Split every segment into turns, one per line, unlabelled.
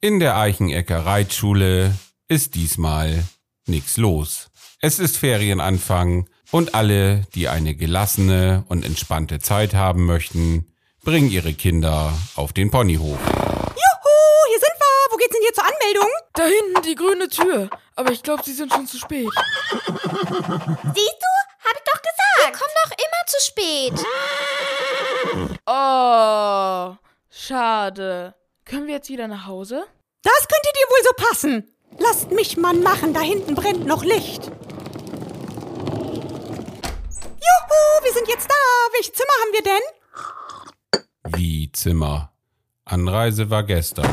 In der Eichenecker Reitschule ist diesmal nichts los. Es ist Ferienanfang und alle, die eine gelassene und entspannte Zeit haben möchten, bringen ihre Kinder auf den Ponyhof.
Juhu, hier sind wir. Wo geht's denn hier zur Anmeldung?
Da hinten die grüne Tür. Aber ich glaube, sie sind schon zu spät.
Siehst du? Hab ich doch gesagt. Wir kommen doch immer zu spät.
Oh, schade. Können wir jetzt wieder nach Hause?
Das könnte dir wohl so passen. Lasst mich Mann machen, da hinten brennt noch Licht. Juhu, wir sind jetzt da. Welche Zimmer haben wir denn?
Wie Zimmer. Anreise war gestern.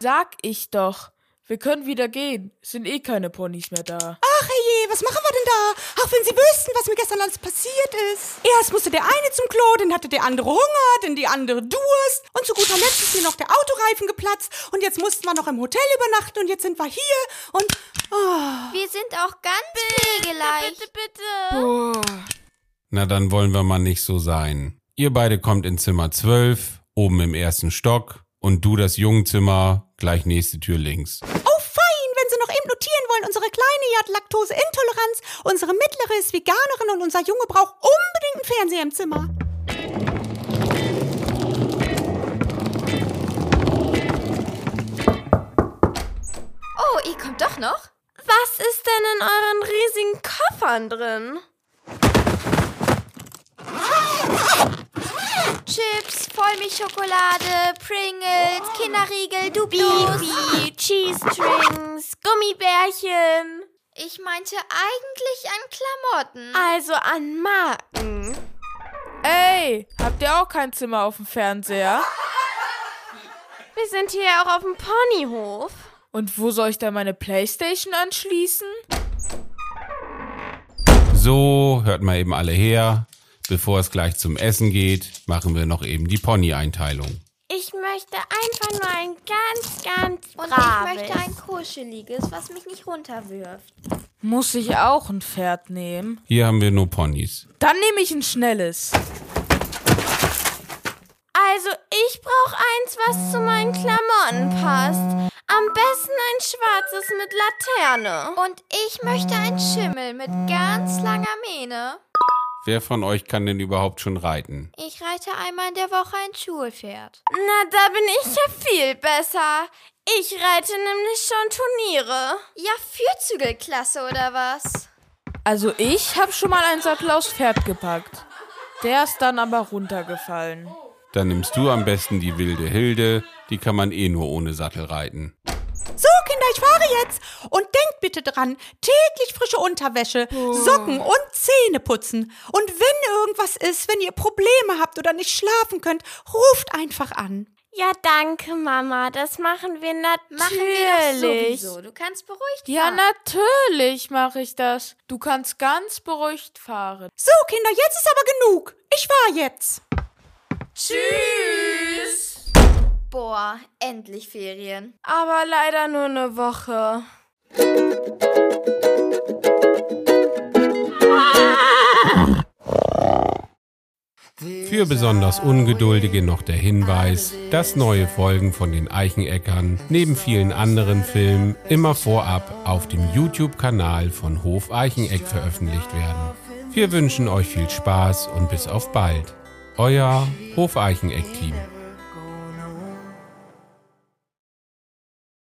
Sag ich doch. Wir können wieder gehen. Es sind eh keine Ponys mehr da.
Ach je, was machen wir denn da? Ach, wenn Sie wüssten, was mir gestern alles passiert ist. Erst musste der eine zum Klo, dann hatte der andere Hunger, dann die andere Durst. Und zu guter Letzt ist mir noch der Autoreifen geplatzt. Und jetzt mussten wir noch im Hotel übernachten und jetzt sind wir hier. Und oh,
Wir sind auch ganz pflegeleicht.
Boah.
Na, dann wollen wir mal nicht so sein. Ihr beide kommt in Zimmer 12, oben im ersten Stock, und du das Jungenzimmer, gleich nächste Tür links.
oh fein, wenn Sie noch eben notieren wollen, unsere Kleine hier hat Laktoseintoleranz, unsere Mittlere ist Veganerin und unser Junge braucht unbedingt einen Fernseher im Zimmer.
Oh, ihr kommt doch noch?
Was ist denn in euren riesigen Koffern drin?
Chips, Vollmilchschokolade, Pringles,
Oh.
Kinderriegel, Duplos, Cheese Strings.
Gummibärchen.
Ich meinte eigentlich an Klamotten.
Also an Marken.
Ey, habt ihr auch kein Zimmer auf dem Fernseher?
Wir sind hier auch auf dem Ponyhof.
Und wo soll ich da meine Playstation anschließen?
So, hört mal eben alle her. Bevor es gleich zum Essen geht, machen wir noch eben die Pony-Einteilung.
Ich möchte einfach nur ein ganz, ganz
Und
braves.
ich möchte ein kuscheliges, was mich nicht runterwirft.
Muss ich auch ein Pferd nehmen?
Hier haben wir nur Ponys.
Dann nehme ich ein schnelles.
also ich brauche eins, was zu meinen Klamotten passt. Am besten ein schwarzes mit Laterne.
Und ich möchte ein Schimmel mit ganz langer Mähne.
Wer von euch kann denn überhaupt schon reiten?
Ich reite einmal in der Woche ein Schulpferd.
Na, da bin ich ja viel besser. Ich reite nämlich schon Turniere.
Ja, Vierzügelklasse oder was?
Also ich habe schon mal einen Sattel aufs Pferd gepackt. Der ist dann aber runtergefallen.
Dann nimmst du am besten die wilde Hilde, die kann man eh nur ohne Sattel reiten.
So, Kinder, ich fahre jetzt. Und denkt bitte dran, täglich frische Unterwäsche, Socken und Zähne putzen. Und wenn irgendwas ist, wenn ihr Probleme habt oder nicht schlafen könnt, ruft einfach an.
Ja, danke, Mama. Das machen wir natürlich.
Machen wir doch sowieso. Du kannst beruhigt
Ja,
fahren.
natürlich mache ich das. Du kannst ganz beruhigt fahren.
So, Kinder, jetzt ist aber genug. Ich fahre jetzt.
Tschüss.
Boah, endlich Ferien.
Aber leider nur eine Woche.
Für besonders Ungeduldige noch der Hinweis, dass neue Folgen von den Eicheneckern neben vielen anderen Filmen immer vorab auf dem YouTube-Kanal von Hof Eicheneck veröffentlicht werden. Wir wünschen euch viel Spaß und bis auf bald. Euer Hof Eicheneck-Team.